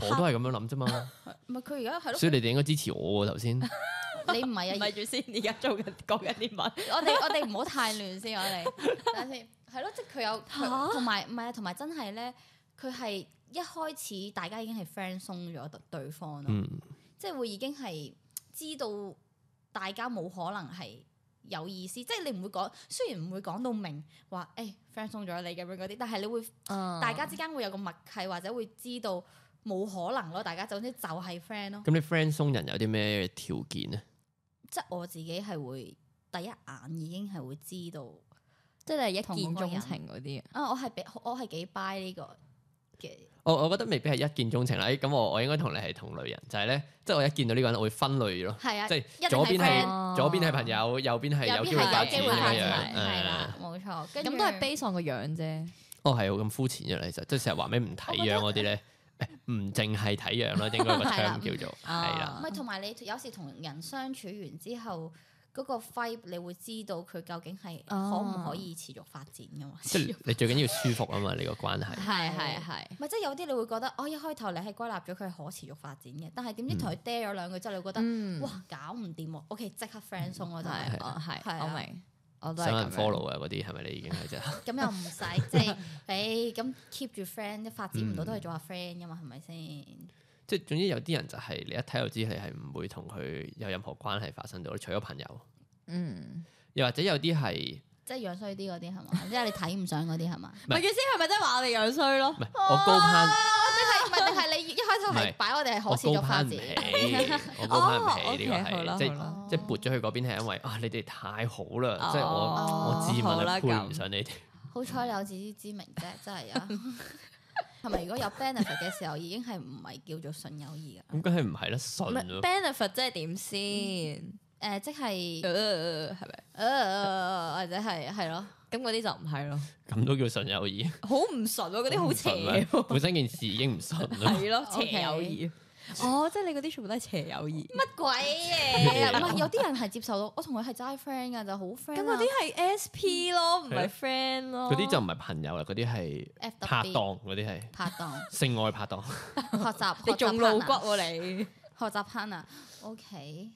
Speaker 1: 我都係咁樣諗啫嘛。
Speaker 3: 唔係佢而家係
Speaker 1: 所以你哋應該支持我喎頭 先。
Speaker 3: 咯，你唔係
Speaker 2: 唔
Speaker 3: 啊
Speaker 2: 係？住先？而家做緊講緊啲乜？
Speaker 3: 我哋我哋唔好太亂先，我哋 等下先係咯，即係佢有佢
Speaker 2: 嚇
Speaker 3: 同埋唔係啊，同埋真係咧，佢係一開始大家已經係 friend 鬆咗對對方咯，
Speaker 1: 嗯，
Speaker 3: 即係會已經係知道大家冇可能係有意思，即係你唔會講，雖然唔會講到明話誒 friend 鬆咗你咁樣嗰啲，但係你會大
Speaker 2: 大家
Speaker 3: 家之間會有個默契，或者會知道冇可能咯。大家總之就係 friend 咯。
Speaker 1: 咁你 friend 鬆人有啲咩條件啊咧？
Speaker 3: 即係我自己係會第一眼已經係會知道
Speaker 2: 即係一
Speaker 3: 見
Speaker 2: 見
Speaker 3: 鍾
Speaker 2: 鍾
Speaker 3: 情
Speaker 2: 情嗰啲
Speaker 3: 哦啊，我係比我係幾 buy 呢個嘅，
Speaker 1: 我我覺得未必係一見鐘情啦。誒咁我我應該同你係同類人，就係咧，即係我一見到呢個人，我會分類咯，
Speaker 3: 係啊，
Speaker 1: 即係
Speaker 3: 一定
Speaker 1: 左邊係
Speaker 3: friend，
Speaker 2: 啊
Speaker 1: 左邊係朋友，右邊係
Speaker 3: 右
Speaker 1: 有
Speaker 3: 邊
Speaker 1: 機會發
Speaker 3: 係
Speaker 1: 展嗯
Speaker 3: 有機
Speaker 1: 咁
Speaker 3: 會發展，
Speaker 1: 樣。啊
Speaker 3: 係啦
Speaker 1: 誒，
Speaker 3: 冇錯。跟
Speaker 2: 咁
Speaker 3: 住
Speaker 2: 都係 base on 個樣啫。
Speaker 1: 哦係我咁膚淺嘅，其實即係成日話咩唔睇樣嗰啲咧，誒 唔淨係睇樣啦，應該個
Speaker 3: 係啦
Speaker 1: term 叫做
Speaker 2: 啊
Speaker 1: 係啦。
Speaker 3: 唔係，同埋你有時同人相處完之後，嗰、個 vibe 你會知道佢究竟係可唔可以持續發展噶嘛？
Speaker 1: 即係你最緊要舒服啊嘛，你個關係。
Speaker 2: 係係係。
Speaker 3: 唔係即係有啲你會覺得，哦，一開頭你係歸納咗佢係可持續發展嘅，但係點知同
Speaker 1: 嗯
Speaker 3: 佢嗲咗兩句之後，你會覺得、
Speaker 2: 嗯
Speaker 3: 哇搞唔掂喎，OK 即刻 friend 鬆我就嗯
Speaker 2: 係，
Speaker 3: 係
Speaker 2: 我
Speaker 3: 係
Speaker 2: 係
Speaker 3: 啊
Speaker 2: 我明，我都係
Speaker 1: 想
Speaker 2: 咁
Speaker 1: 人
Speaker 2: 樣
Speaker 1: follow 啊嗰啲係咪你已經係啫？
Speaker 3: 咁又唔 使即係誒咁 keep 住 friend，發展唔到都係做下 friend 噶嘛，係咪先？
Speaker 1: 即係總之有啲人就係你一睇就知你係唔會同佢有任何關係發生到，除咗朋友，
Speaker 2: 嗯，
Speaker 1: 又或者有啲係
Speaker 3: 即係樣衰啲嗰啲係嘛？即係你睇唔上嗰啲係嘛？
Speaker 1: 唔係
Speaker 2: 咪佢先係咪真係話我哋樣衰咯
Speaker 1: 唔？係我高攀，
Speaker 3: 定係唔係定係你一開頭
Speaker 1: 唔係
Speaker 3: 係擺我哋
Speaker 1: 我
Speaker 3: 係可持
Speaker 1: 高
Speaker 3: 續發
Speaker 1: 攀唔
Speaker 3: 展
Speaker 1: 起？，我高攀唔起呢
Speaker 2: 哦，OK，好
Speaker 1: 個
Speaker 2: 啦
Speaker 1: 係即
Speaker 2: 好
Speaker 1: 係
Speaker 2: 啦
Speaker 1: 即係撥咗佢嗰邊係因為啊你哋太好啦，即係我
Speaker 2: 哦
Speaker 1: 我自
Speaker 2: 好
Speaker 1: 問
Speaker 2: 啦
Speaker 1: 係配唔
Speaker 2: 咁
Speaker 1: 上你哋，
Speaker 3: 好彩你有自知之明啫，真係啊！係咪如果有 benefit 嘅時候，已經係唔係叫做純友誼噶？
Speaker 1: 咁梗係唔係啦啊順
Speaker 2: 唔係
Speaker 1: 咯，
Speaker 2: benefit 即係點先？
Speaker 3: 誒、即係誒、
Speaker 2: 呃係咪？
Speaker 3: 呃或者係係咯，
Speaker 2: 咁嗰啲就唔係咯，
Speaker 1: 咁都叫順友誼？
Speaker 2: 好唔順咯，嗰啲好
Speaker 1: 唔
Speaker 2: 邪
Speaker 1: 順咩
Speaker 2: 喎，
Speaker 1: 本身件事已經唔順 啦。
Speaker 2: 係咯，
Speaker 3: OK
Speaker 2: 邪友誼。哦，即係你嗰啲全部都係邪友誼。
Speaker 3: 乜鬼嘢 啊？唔係有啲人係接受到，我同佢係齋 friend 噶，就好 friend
Speaker 2: 咁嗰
Speaker 3: 啊
Speaker 2: 啲係 SP 咯，唔係 friend 咯。
Speaker 1: 啊嗰啲就唔係朋友啦，嗰啲係
Speaker 3: F
Speaker 1: 拍檔，嗰啲係
Speaker 3: 拍 檔
Speaker 1: 性愛拍檔。
Speaker 3: 學習，
Speaker 2: 你
Speaker 3: 學習
Speaker 2: 仲露骨
Speaker 3: partner，
Speaker 2: 喎你，
Speaker 3: 學習 partner。OK，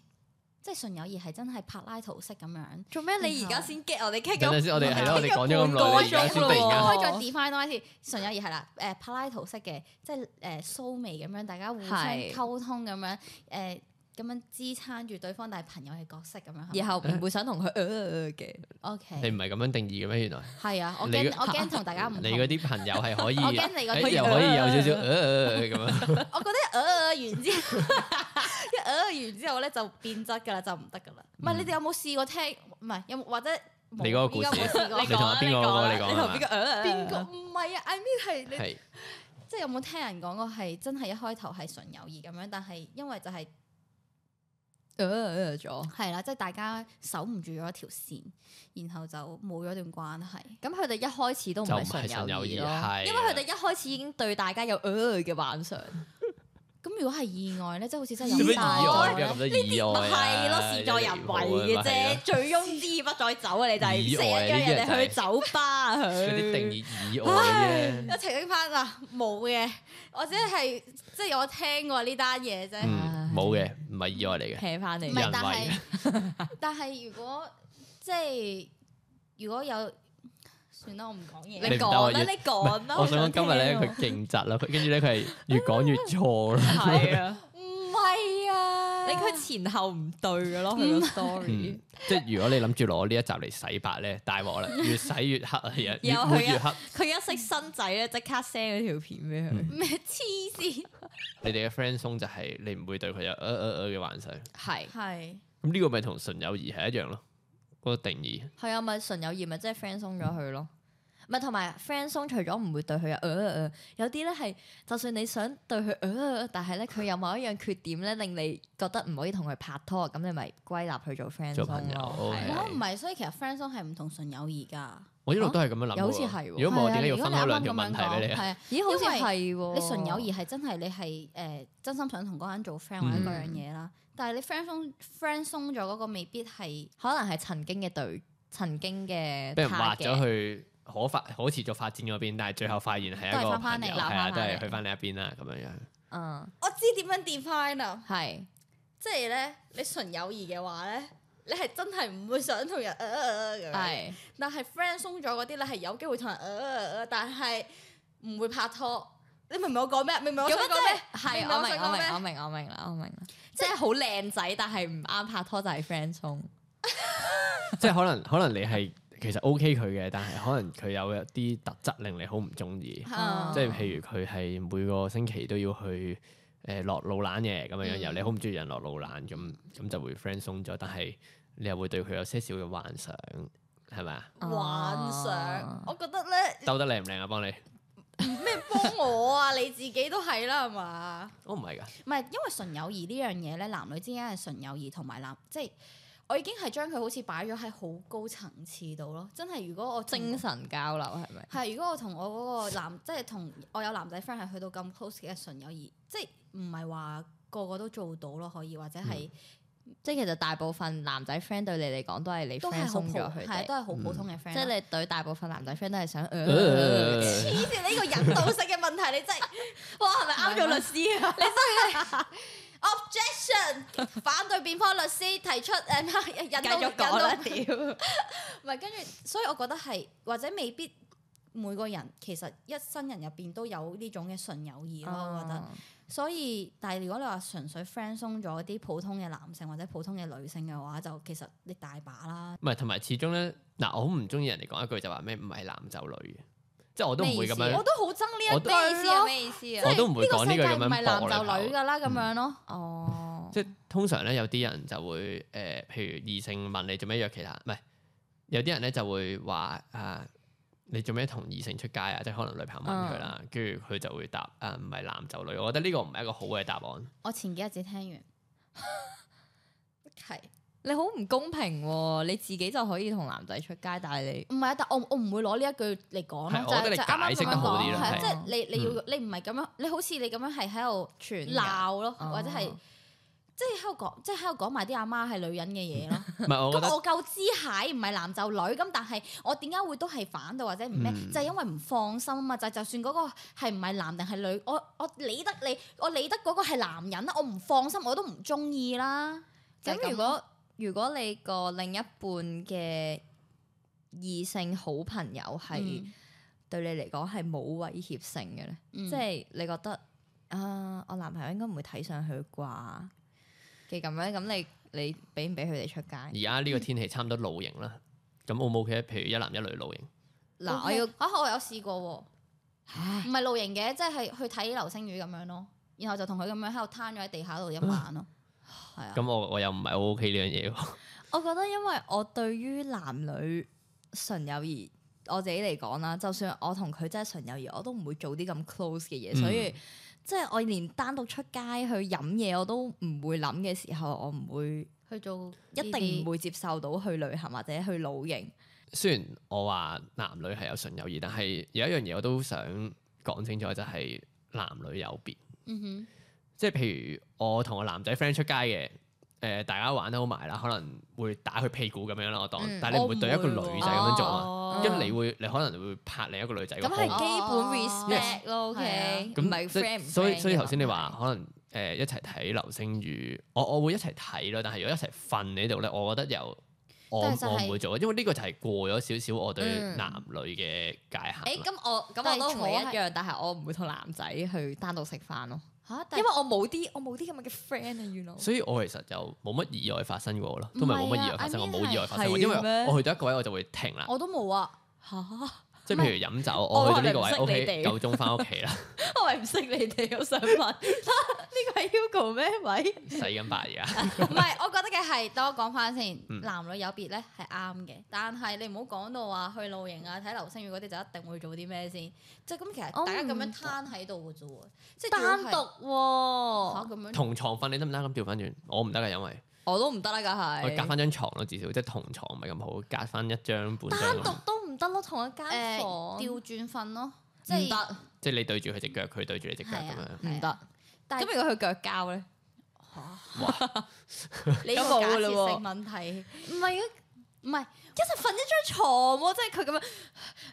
Speaker 3: 即係純友誼係真係柏拉圖式咁樣。
Speaker 2: 做咩你而家先 get 我哋傾
Speaker 1: 等陣先我哋係咯我哋講咗咁耐
Speaker 2: 傾咗
Speaker 1: 你而家先
Speaker 2: 半個鐘
Speaker 1: 突然
Speaker 2: 咯
Speaker 1: 間
Speaker 3: 開
Speaker 2: 喎
Speaker 3: 咗 define 多一次，純友誼係啦，誒柏拉圖式嘅，即係誒蘇眉咁樣，大家互相
Speaker 2: 係
Speaker 3: 溝通咁樣，誒咁樣支撐住對方，但係朋友嘅角色咁樣。係
Speaker 2: 然
Speaker 3: 嘛
Speaker 2: 後唔會想同佢呃呃呃嘅，
Speaker 1: 你
Speaker 3: ，OK，
Speaker 1: 唔係咁樣定義嘅咩？原來
Speaker 3: 係啊，我
Speaker 1: 你
Speaker 3: 驚
Speaker 1: 嗰
Speaker 3: 我驚同大家唔同，啊
Speaker 1: 你嗰啲朋友係可以，
Speaker 3: 我驚你嗰啲
Speaker 1: 誒又可以有少少呃咁樣。
Speaker 3: 我覺得呃呃完之後， 一呃完之後咧就變質㗎啦，就唔得㗎啦。唔係你哋有冇試過聽？唔係有冇或者冇
Speaker 1: 嗯你嗰個故事
Speaker 3: 依家冇試過哦
Speaker 1: 你同 阿邊個嗰個
Speaker 2: 你
Speaker 1: 你講
Speaker 2: 同
Speaker 1: 係嘛
Speaker 2: 邊個呃呃呃
Speaker 3: 邊個？唔係啊，I mean 係你
Speaker 1: 係
Speaker 3: 即係有冇聽人講過係真係一開頭係純友誼咁樣，但係因為就係
Speaker 2: 呃呃呃咗？
Speaker 3: 係啦，即係大家守唔住咗一條線，然後就冇咗段關係。
Speaker 2: 咁佢哋一開始都唔
Speaker 1: 就唔
Speaker 2: 係
Speaker 1: 係
Speaker 2: 純
Speaker 1: 純
Speaker 2: 友
Speaker 1: 友誼，
Speaker 2: 誼咯，
Speaker 1: 係
Speaker 2: 因為佢哋一開始已經對大家有呃呃嘅幻想，
Speaker 3: 咁如果係意外啊咧，即係好似真係
Speaker 1: 做
Speaker 3: 有
Speaker 1: 咩意外？啊
Speaker 2: 點
Speaker 1: 邊有
Speaker 3: 曬
Speaker 1: 咁多意外啊？
Speaker 2: 咪係咯，事在人為嘅啫，醉翁之意不在酒啊！你就係
Speaker 1: 意
Speaker 2: 成
Speaker 1: 外
Speaker 2: 日約人
Speaker 1: 呢啲
Speaker 2: 哋
Speaker 1: 人
Speaker 2: 去
Speaker 1: 就
Speaker 2: 酒吧啊
Speaker 1: 嗰
Speaker 2: 佢
Speaker 1: 啲定義意外啫。
Speaker 3: 有澄清翻啊，冇嘅，或者係即係我聽過呢單嘢啫。
Speaker 1: 嗯，冇嘅，唔係意外嚟嘅。
Speaker 2: 聽翻嚟
Speaker 3: 唔
Speaker 1: 人
Speaker 3: 係，
Speaker 1: 為
Speaker 3: 但係 但係如果即係如果有，算啦，我唔講嘢。
Speaker 1: 你
Speaker 2: 你
Speaker 1: 唔得我
Speaker 2: 講啦，
Speaker 1: 要
Speaker 2: 你講啦，
Speaker 1: 我想講今
Speaker 2: 啊
Speaker 1: 日咧，佢勁窒啦，佢跟住咧佢係越講越錯啦。
Speaker 2: 係啊，
Speaker 3: 唔係啊，
Speaker 2: 你佢前後唔對嘅咯，佢個 story
Speaker 1: 嗯。，即係如果你諗住攞呢一集嚟洗白咧，大鑊啦，越洗越黑啊，越
Speaker 2: 有
Speaker 1: 越
Speaker 2: 佢
Speaker 1: 抹越
Speaker 2: 啊
Speaker 1: 黑。
Speaker 2: 佢一識新仔咧，即刻 send 嗰條片俾
Speaker 1: 嗯
Speaker 2: 佢。
Speaker 3: 咩黐線？
Speaker 1: 你哋嘅 friend 松就係你唔會對佢有呃呃呃嘅幻想，
Speaker 2: 係
Speaker 3: 係
Speaker 1: 咁呢個咪同純友誼係一樣咯，嗰個定義。
Speaker 2: 係啊，咪純友誼咪即係 friend 鬆咗佢咯。咪同埋 friend 鬆除咗唔會對佢有呃呃呃，有啲咧係就算你想對佢呃呃呃，但係咧 佢有某一樣缺點咧，令你覺得唔可以同佢拍拖，咁你咪歸納佢做 friend
Speaker 1: 做朋
Speaker 2: 鬆
Speaker 1: 友哦
Speaker 2: 咯。係啊
Speaker 3: 我唔係，所以其實 friend song 係唔同純友誼㗎。
Speaker 1: 我一路都係咁樣諗嘅喎。
Speaker 2: 又好似係喎
Speaker 1: 如果唔係，我點解要
Speaker 3: 係啊
Speaker 1: 分開兩條問題俾你啊？
Speaker 3: 係啊，
Speaker 2: 咦，好似係喎，
Speaker 3: 你純友誼係真係你係誒真心想同嗰個人做 friend 或
Speaker 1: 嗯
Speaker 3: 者嗰樣嘢啦。但係你 friend 鬆 friend 鬆咗嗰個未必係
Speaker 2: 可能係曾經嘅對，曾經嘅
Speaker 1: 俾人劃
Speaker 2: target
Speaker 1: 咗去可發可持續發展嗰邊，但係最後發現係一
Speaker 3: 都係
Speaker 1: 個
Speaker 3: 返返
Speaker 1: 朋友，
Speaker 3: 嚟
Speaker 1: 係啊，
Speaker 3: 鬧返
Speaker 1: 都係
Speaker 3: 返嚟
Speaker 1: 去翻另一邊啦，咁樣樣。
Speaker 2: 嗯
Speaker 3: 我知點樣 define 啊。
Speaker 2: 係
Speaker 3: 即係咧，你純友誼嘅話咧，你係真係唔會想同人呃呃呃咁樣。
Speaker 2: 係
Speaker 3: 但係 friend 鬆咗嗰啲咧，係有機會同人呃呃呃，但係唔會拍拖。你明唔明我講咩？明唔明我
Speaker 2: 咁
Speaker 3: 想
Speaker 2: 樣
Speaker 3: 講咩？
Speaker 2: 即係
Speaker 3: 明
Speaker 2: 係我
Speaker 3: 白我
Speaker 2: 明
Speaker 3: 想
Speaker 2: 我
Speaker 3: 講
Speaker 2: 明
Speaker 3: 咩
Speaker 2: 我明我明啦我明啦，即係好靚仔但係唔啱拍拖就係 friend 鬆。
Speaker 1: 即係可能可能你係其實 OK 佢嘅，但係可能佢有一啲特質令你好唔中意，
Speaker 3: 哦
Speaker 2: 啊
Speaker 1: 即係譬如佢係每個星期都要去誒落老懶嘅咁樣樣，
Speaker 3: 嗯
Speaker 1: 由你好唔中意人落老懶咁，咁就會 friend 鬆咗，但係你又會對佢有些少嘅幻想，係咪啊？
Speaker 3: 幻想
Speaker 2: 啊，
Speaker 3: 我覺得咧
Speaker 1: 兜得靚唔靚啊？幫你
Speaker 3: 咩幫冇我啊， 你自己都係啦，係嘛？
Speaker 1: 我哦唔 係㗎，
Speaker 3: 唔係，因為純友誼呢樣嘢咧，男女之間嘅純友誼同埋男，即係我已經係將佢好似擺咗喺好高層次度咯。真係，如果我同
Speaker 2: 精神交流係咪？
Speaker 3: 係，如果我同我嗰個男，即係同我有男仔 friend 係去到咁 close 嘅純友誼，即係唔係話個個都做到咯，可以或者係、
Speaker 2: 嗯即係其實大部分男仔 friend 對你嚟講都係你
Speaker 3: 都係
Speaker 2: friend
Speaker 3: 好
Speaker 2: 鬆
Speaker 3: 普，
Speaker 2: 咗佢
Speaker 3: 係啊
Speaker 2: 哋，
Speaker 3: 都係好普通嘅 friend
Speaker 2: 即係
Speaker 3: 啦。
Speaker 2: 你對大部分男仔 friend 都係想，
Speaker 1: 呃
Speaker 2: 呃
Speaker 3: 黐線，呢個引導性嘅問題，你真係
Speaker 2: 哇 係咪啱咗律師啊？
Speaker 3: objection，反對辯方律師提出 誒咩引
Speaker 2: 繼
Speaker 3: 導
Speaker 2: 續
Speaker 3: 引
Speaker 2: 講啦，
Speaker 3: 導
Speaker 2: 屌！
Speaker 3: 唔係，跟住，所以我覺得係或者未必每個人其實一生人入邊都有呢種嘅純友誼咯，我覺得。
Speaker 2: 哦
Speaker 3: 所以，但係如果你話純粹 friend 鬆咗啲普通嘅男性或者普通嘅女性嘅話，就其實你大把啦。
Speaker 1: 唔係同埋始終咧，嗱我好唔中意人哋講一句就話咩唔係男就女嘅，即係我都唔會咁
Speaker 3: 咩意思
Speaker 1: 樣，
Speaker 3: 我都好憎呢
Speaker 1: 我
Speaker 3: 一
Speaker 1: 都
Speaker 3: 句咯。
Speaker 2: 咩意思啊
Speaker 1: 我都唔會
Speaker 3: 呢個
Speaker 1: 講呢
Speaker 3: 世
Speaker 1: 句
Speaker 3: 界
Speaker 1: 咁
Speaker 3: 唔係
Speaker 1: 樣
Speaker 3: 男
Speaker 1: 搏
Speaker 3: 就
Speaker 1: 你
Speaker 3: 女
Speaker 1: 頭。嗯
Speaker 3: 㗎啦，咁樣咯。
Speaker 2: 哦，
Speaker 1: 即係通常咧，有啲人就會誒、呃譬如異性問你做咩約其他，唔係有啲人咧就會話啊，你做咩同異性出街啊？即係可能女朋友問佢啦，跟住佢就會答啊，唔係男就女。我覺得呢個唔係一個好嘅答案。
Speaker 3: 我前幾日只聽完， 係
Speaker 2: 你好唔公平喎！你自己就可以同男仔出街，但係你
Speaker 3: 唔係啊？但我我唔會攞呢一句嚟講
Speaker 1: 係
Speaker 3: 咯，就
Speaker 1: 我覺
Speaker 3: 係
Speaker 1: 得你
Speaker 3: 就啱
Speaker 1: 解
Speaker 3: 啱咁
Speaker 1: 釋
Speaker 3: 樣
Speaker 1: 得好
Speaker 2: 啲
Speaker 3: 講，
Speaker 2: 咯
Speaker 3: 係啊
Speaker 2: 係
Speaker 3: 即係你你
Speaker 1: 嗯
Speaker 3: 要你唔係咁樣，你好似你咁樣係喺度
Speaker 2: 全人
Speaker 3: 鬧咯，
Speaker 2: 哦
Speaker 3: 或者係即係喺度講，即係喺度講埋啲阿媽係女人嘅嘢咯。
Speaker 1: 唔係，我覺
Speaker 3: 咁
Speaker 1: 得
Speaker 3: 我夠知蟹唔係男就女，咁但係我點解會都係反對或者唔咩？
Speaker 1: 嗯
Speaker 3: 就係因為唔放心啊嘛！就就算嗰個係唔係男定係女，我我理得你，我理得嗰個係男人啦，啊我唔放心，我都唔中意啦。就
Speaker 2: 咁
Speaker 3: 係咁
Speaker 2: 如果如果你個另一半嘅異性好朋友係
Speaker 3: 嗯
Speaker 2: 對你嚟講係冇威脅性嘅咧，
Speaker 3: 嗯
Speaker 2: 即係你覺得啊，我男朋友應該唔會睇上佢啩嘅咁樣，咁你你俾唔俾佢哋出街？
Speaker 1: 而家呢個天氣差唔多露營啦，咁 O 唔 OK 咧？譬如一男一女露營，
Speaker 2: 嗱，我
Speaker 3: OK
Speaker 2: 要
Speaker 3: 啊，我有試過喎。
Speaker 2: 唉
Speaker 3: 唔係露營嘅，即係去睇流星雨咁樣咯。然後就同佢咁樣喺度攤咗喺地下度一晚咯。係啊，
Speaker 1: 咁我我又唔係好 OK 呢樣嘢喎。
Speaker 2: 我覺得因為我對於男女純友誼，我自己嚟講啦，就算我同佢真係純友誼，我都唔會做啲咁 close 嘅嘢，
Speaker 1: 嗯
Speaker 2: 所以即係我連單獨出街去飲嘢我都唔會諗嘅時候，我唔會
Speaker 3: 去做
Speaker 2: 一定唔會接受到去旅行或者去露營。
Speaker 1: 雖然我話男女係有純友誼，但係有一樣嘢我都想講清楚，就係男女有別。
Speaker 3: 嗯
Speaker 1: 即係譬如我同我男仔 friend 出街嘅，誒、大家玩得好埋啦，可能會打佢屁股咁樣啦，我當，
Speaker 2: 嗯
Speaker 1: 但係你唔會對一個
Speaker 2: 我唔會喎
Speaker 1: 女仔咁樣做啊，
Speaker 3: 哦
Speaker 1: 嘛，因為你會你可能會拍另一個女仔個
Speaker 2: 咁
Speaker 1: 胸
Speaker 2: 係
Speaker 3: 好
Speaker 2: 基本 respect 咯
Speaker 3: 係
Speaker 2: ，OK，
Speaker 3: 啊
Speaker 2: 唔哦係
Speaker 1: 即
Speaker 2: friend 唔
Speaker 1: 所以
Speaker 2: friend
Speaker 1: 所以
Speaker 2: 嘅
Speaker 1: 頭先你
Speaker 2: 問題
Speaker 1: 話可能誒、呃一齊睇流星雨，我我會一齊睇咯，但係如果一齊瞓喺度咧，我覺得又我
Speaker 3: 但係就係
Speaker 1: 我唔會做，啊因為呢個就係過咗少少我對
Speaker 2: 嗯哎
Speaker 1: 男女嘅界限啦。
Speaker 2: 誒咁我咁
Speaker 3: 但
Speaker 2: 我
Speaker 3: 係
Speaker 2: 都唔會
Speaker 3: 坐
Speaker 2: 一
Speaker 3: 喺
Speaker 2: 樣，但係我唔會同男仔去單獨食飯咯，
Speaker 3: 哼，嚇！但
Speaker 2: 因為我冇啲我冇啲咁嘅 friend 啊，原來。
Speaker 1: 所以我其實就冇乜意外發生過咯，
Speaker 3: 唔係啊
Speaker 1: 都唔係冇乜意外發生，
Speaker 3: I
Speaker 1: 我
Speaker 3: mean
Speaker 1: 冇意外發生過，
Speaker 2: 係
Speaker 1: 因為
Speaker 2: 咩
Speaker 1: 我去到一個位我就會停啦，
Speaker 3: 我都冇啊。
Speaker 2: 嚇
Speaker 1: 即係譬如飲酒，
Speaker 2: 我
Speaker 1: 我去到呢個
Speaker 2: 可
Speaker 1: 位
Speaker 2: 能唔識你
Speaker 1: ，OK，
Speaker 2: 哋
Speaker 1: 夠鐘翻屋企啦，
Speaker 2: 我咪唔識你哋，我想問， 呢個係 Hugo 咩位？
Speaker 1: 洗緊白而啊家，
Speaker 3: 唔係，我覺得嘅係，等我講翻先，
Speaker 1: 嗯
Speaker 3: 男女有別咧係啱嘅，但係你唔好講到話去露營啊、睇流星雨嗰啲就一定會做啲咩先，即係咁其實
Speaker 2: 我唔
Speaker 3: 大家咁樣攤喺度嘅啫喎，即係
Speaker 2: 單
Speaker 3: 仲要係
Speaker 2: 獨喎，
Speaker 3: 嚇咁樣，
Speaker 1: 同床瞓你得唔得？咁調翻轉，我唔得㗎，因為
Speaker 2: 我都唔得啦，梗
Speaker 1: 我隔
Speaker 2: 係。
Speaker 1: 翻張床咯，至少即係同床唔係咁好，隔翻一張半
Speaker 2: 單
Speaker 1: 張咁，
Speaker 2: 獨都唔得咯，同一間
Speaker 3: 誒
Speaker 2: 房
Speaker 3: 調轉瞓咯，即
Speaker 2: 唔
Speaker 3: 係
Speaker 2: 得，
Speaker 1: 即係你對住佢只腳，佢對住你只腳
Speaker 3: 係
Speaker 1: 咁樣
Speaker 3: 啊，，
Speaker 2: 唔得。
Speaker 3: 但
Speaker 2: 咁
Speaker 3: 係
Speaker 2: 如果佢腳交咧，
Speaker 3: 你個
Speaker 2: 咁冇
Speaker 3: 假
Speaker 2: 㗎嘞
Speaker 3: 設
Speaker 2: 喎
Speaker 3: 性問題
Speaker 2: 唔係啊，
Speaker 3: 唔係。
Speaker 2: 一齊瞓一張床喎，即係佢咁樣，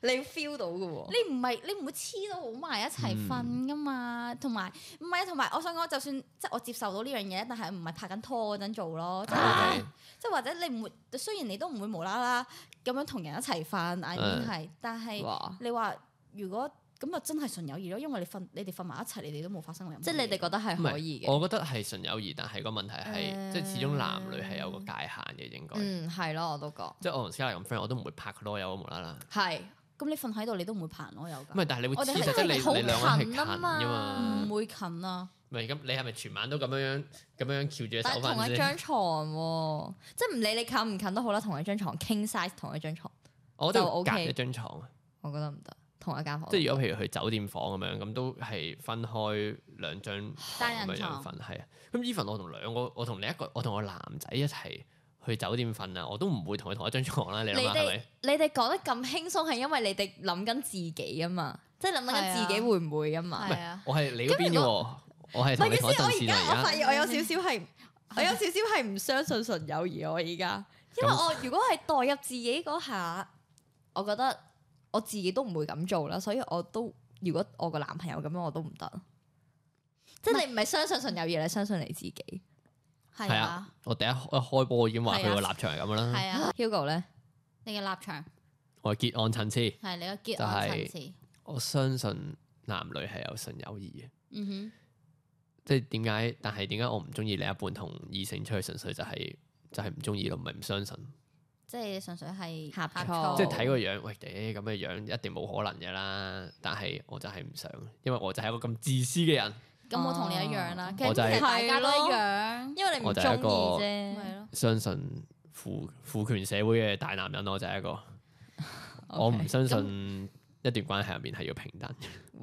Speaker 2: 你會 feel 到嘅喎。
Speaker 3: 你唔係你唔會黐到好埋一齊瞓噶嘛，同埋唔係啊，同埋我想講，就算即係我接受到呢樣嘢，但係唔係拍緊拖嗰陣做
Speaker 1: 啊
Speaker 3: 咯，
Speaker 2: 啊
Speaker 3: 即係
Speaker 1: OK
Speaker 3: 或者即係或者你唔會，雖然你都唔會無啦啦咁樣同人一齊瞓，I mean
Speaker 1: 嗯
Speaker 3: 係，但係
Speaker 2: 哇！
Speaker 3: 你話如果咁就真係純友誼咯，因為你瞓你哋瞓埋一齊，你哋都冇發生過任何
Speaker 2: 即係你哋
Speaker 3: 嘢
Speaker 2: 覺得係
Speaker 1: 唔
Speaker 2: 可以
Speaker 1: 係，
Speaker 2: 嘅。
Speaker 1: 我覺得係純友誼，但係個問題係即係始終男女係有個界限嘅，應該，
Speaker 2: 嗯，係咯，我都覺
Speaker 1: 即係我同 Scarlett 咁 friend，我都唔會拍佢囉柚啊無啦啦，
Speaker 2: 係。
Speaker 3: 咁你瞓喺度你都唔會拍我有
Speaker 1: 唔
Speaker 3: 㗎，
Speaker 1: 係，但係你會
Speaker 3: 我
Speaker 1: 黐
Speaker 3: 哋
Speaker 1: 實，即係你
Speaker 2: 嗯係好
Speaker 1: 你兩個人係近
Speaker 2: 近啊
Speaker 1: 㗎嘛。
Speaker 2: 嘛
Speaker 3: 唔會近啊，
Speaker 1: 唔係咁，你係咪全晚都咁樣樣咁樣樣翹住隻手
Speaker 2: 但係同
Speaker 1: 瞓
Speaker 2: 一
Speaker 1: 先？
Speaker 2: 張床喎，即係唔理你近唔近都好啦，同一張床 king size 同一張床，
Speaker 1: 我覺得
Speaker 2: 就
Speaker 1: 要
Speaker 2: OK
Speaker 1: 隔一張床啊，
Speaker 2: 我覺得唔得。同一間房。
Speaker 1: 即係如果譬如去酒店房咁樣，咁都係分開兩張
Speaker 3: 單
Speaker 1: 咁
Speaker 3: 人
Speaker 1: 樣樣
Speaker 3: 床
Speaker 1: 瞓，係啊。咁 even 我同兩個，我同另一個，我同個男仔一齊去酒店瞓啊，我都唔會同佢同一張床啦。你
Speaker 2: 你
Speaker 1: 諗下係
Speaker 2: 哋
Speaker 1: 咪？
Speaker 2: 你哋講得咁輕鬆係因為你哋諗緊自己啊嘛，即係諗
Speaker 3: 係啊
Speaker 2: 緊自己會唔會啊嘛。
Speaker 3: 係啊，
Speaker 1: 我係你嗰邊嘅
Speaker 2: 如
Speaker 1: 喎，我係
Speaker 2: 唔係
Speaker 1: 同你
Speaker 2: 嘅
Speaker 1: 同一
Speaker 2: 先，我
Speaker 1: 陣
Speaker 2: 而
Speaker 1: 線啊！
Speaker 2: 家我
Speaker 1: 而
Speaker 2: 發
Speaker 1: 家
Speaker 2: 現我有少少係，我有少少係唔相信純友誼。我而家，因為我如果係代入自己嗰下，我覺得我自己都唔會咁做啦，所以我都如果我個男朋友咁樣，我都唔得。即係你唔係相信純友誼，你相信你自己。
Speaker 3: 係
Speaker 1: 係
Speaker 3: 啊
Speaker 1: 啊，我第一開一開波已經話
Speaker 3: 係
Speaker 1: 佢
Speaker 3: 啊
Speaker 1: 個立場係咁樣啦。
Speaker 3: 係啊，
Speaker 2: Hugo 咧，
Speaker 3: 你嘅立場
Speaker 1: 我係結案層次，
Speaker 3: 係你嘅結案層次，
Speaker 1: 我相信男女係有純友誼嘅。
Speaker 3: 嗯
Speaker 1: 即係點解？但係點解我唔中意另一半同異性出去，純粹就係、就係唔中意咯，唔係唔相信。
Speaker 3: 哼，即係純粹係
Speaker 2: 呷
Speaker 3: 呷
Speaker 2: 醋
Speaker 1: 即係睇個樣，喂，嗲咁嘅樣一定冇可能嘅啦。但係我就係唔想，因為我就係一個咁自私嘅人。
Speaker 3: 咁我同你一樣啦，
Speaker 2: 哦
Speaker 3: 其實
Speaker 1: 我就係
Speaker 3: 大家都一樣，
Speaker 2: 因為你唔
Speaker 1: 我就
Speaker 2: 中
Speaker 1: 係
Speaker 2: 意
Speaker 1: 一個
Speaker 2: 啫。
Speaker 3: 咪咯，
Speaker 1: 相信父父權社會嘅大男人，我就係一個我唔
Speaker 2: OK
Speaker 1: 相信一段關係入面係要平等。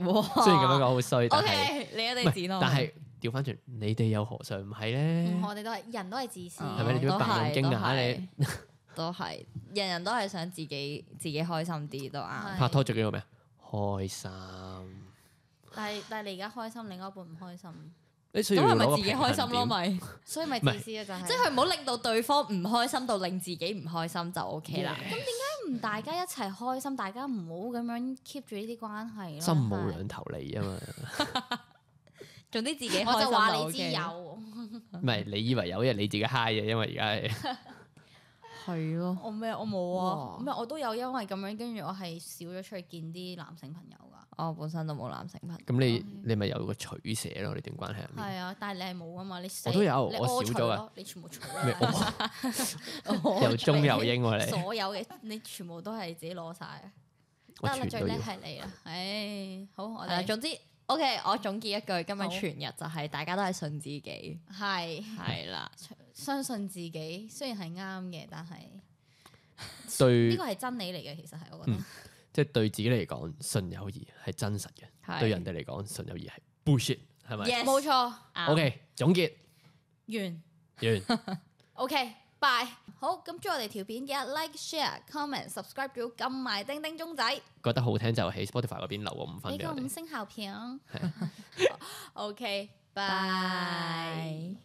Speaker 2: 哇，
Speaker 1: 雖然咁樣講好衰，但
Speaker 2: O
Speaker 1: 係
Speaker 2: K，你一
Speaker 1: 唔
Speaker 2: 定
Speaker 1: 係
Speaker 2: 剪我。
Speaker 1: 但係調翻轉，你哋又何嘗唔係
Speaker 3: 嗯
Speaker 1: 咧？
Speaker 3: 我哋都係人都係自私
Speaker 2: 哦
Speaker 1: 啊係咪你
Speaker 3: 嘅，
Speaker 1: 做
Speaker 2: 都
Speaker 1: 咩扮
Speaker 2: 係
Speaker 1: 咁驚
Speaker 2: 都
Speaker 1: 訝啊
Speaker 2: 係
Speaker 1: 你
Speaker 2: 都係，人人都係想自己自己開心啲都啱。
Speaker 1: 拍拖最緊要咩啊？開心。
Speaker 3: 但係但係你而家開心，另一半唔開心，
Speaker 1: 你需
Speaker 2: 咁
Speaker 1: 要攞
Speaker 2: 係
Speaker 1: 個
Speaker 2: 咪自己
Speaker 1: 平
Speaker 2: 開
Speaker 1: 衡
Speaker 2: 心咯？
Speaker 1: 點
Speaker 2: 咪？
Speaker 3: 所以咪
Speaker 1: 唔係
Speaker 3: 自私嘅就係，
Speaker 2: 即係佢唔好令到對方唔開心到令自己唔開心就 O K 啦。
Speaker 3: 唔大家一齊開心，大家唔好咁樣 keep 住呢啲關係咯。
Speaker 1: 心冇
Speaker 3: 係
Speaker 1: 兩頭利啊嘛，
Speaker 2: 總之自己
Speaker 3: 我
Speaker 2: 開
Speaker 3: 就
Speaker 2: 心
Speaker 3: 話
Speaker 2: 話
Speaker 3: 你知有，
Speaker 1: 唔係你以為有嘢你自己嗨嘅，因為而家係
Speaker 2: 係咯，
Speaker 3: 我咩我冇啊，
Speaker 2: 哇
Speaker 3: 咩我都有，因為咁樣跟住我係少咗出去見啲男性朋友㗎。
Speaker 2: 我本身都冇男性朋友。
Speaker 1: 咁你你咪有個取捨咯，呢段關係入面。
Speaker 3: 係啊，但係你係冇啊嘛，你死
Speaker 1: 我都有
Speaker 3: 你
Speaker 1: 我
Speaker 3: 屙
Speaker 1: 少
Speaker 3: 除
Speaker 1: 咗啊
Speaker 3: 咯，你全部除
Speaker 1: 咩
Speaker 3: 啦，
Speaker 1: 我
Speaker 2: 我
Speaker 1: 又哦中又英喎你，
Speaker 3: 所有嘅你全部都係自己攞晒。
Speaker 1: 我
Speaker 3: 得啦，
Speaker 1: 全
Speaker 3: 最
Speaker 1: 都
Speaker 3: 叻
Speaker 1: 要。
Speaker 3: 係你啦，唉，好我
Speaker 2: 係啦，
Speaker 3: 哋
Speaker 2: 總之 O K，我總結一句，今
Speaker 3: 好
Speaker 2: 日全日就係大家都係信自己，
Speaker 3: 係
Speaker 2: 係啦，
Speaker 3: 相信自己，雖然係啱嘅，但係呢
Speaker 1: 對
Speaker 3: 個係真理嚟嘅，其實係我覺得
Speaker 1: 嗯即係對自己嚟講，純友誼係真實嘅；
Speaker 2: 係
Speaker 1: 對人哋嚟講，純友誼係 bullshit，係咪
Speaker 2: Yes
Speaker 3: 冇錯，
Speaker 2: 啱
Speaker 1: ？OK，總結
Speaker 3: 完。
Speaker 1: 完，
Speaker 3: OK，拜。好，咁中意我哋條片記得 like、share、comment、subscribe，仲要撳埋叮叮鐘仔，
Speaker 1: 覺得好聽就喺 Spotify 嗰邊留個五分
Speaker 3: 俾
Speaker 1: 俾我
Speaker 3: 個五
Speaker 1: 哋。
Speaker 3: 星好評
Speaker 1: 係。
Speaker 3: OK，拜。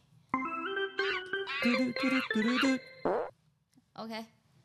Speaker 3: OK。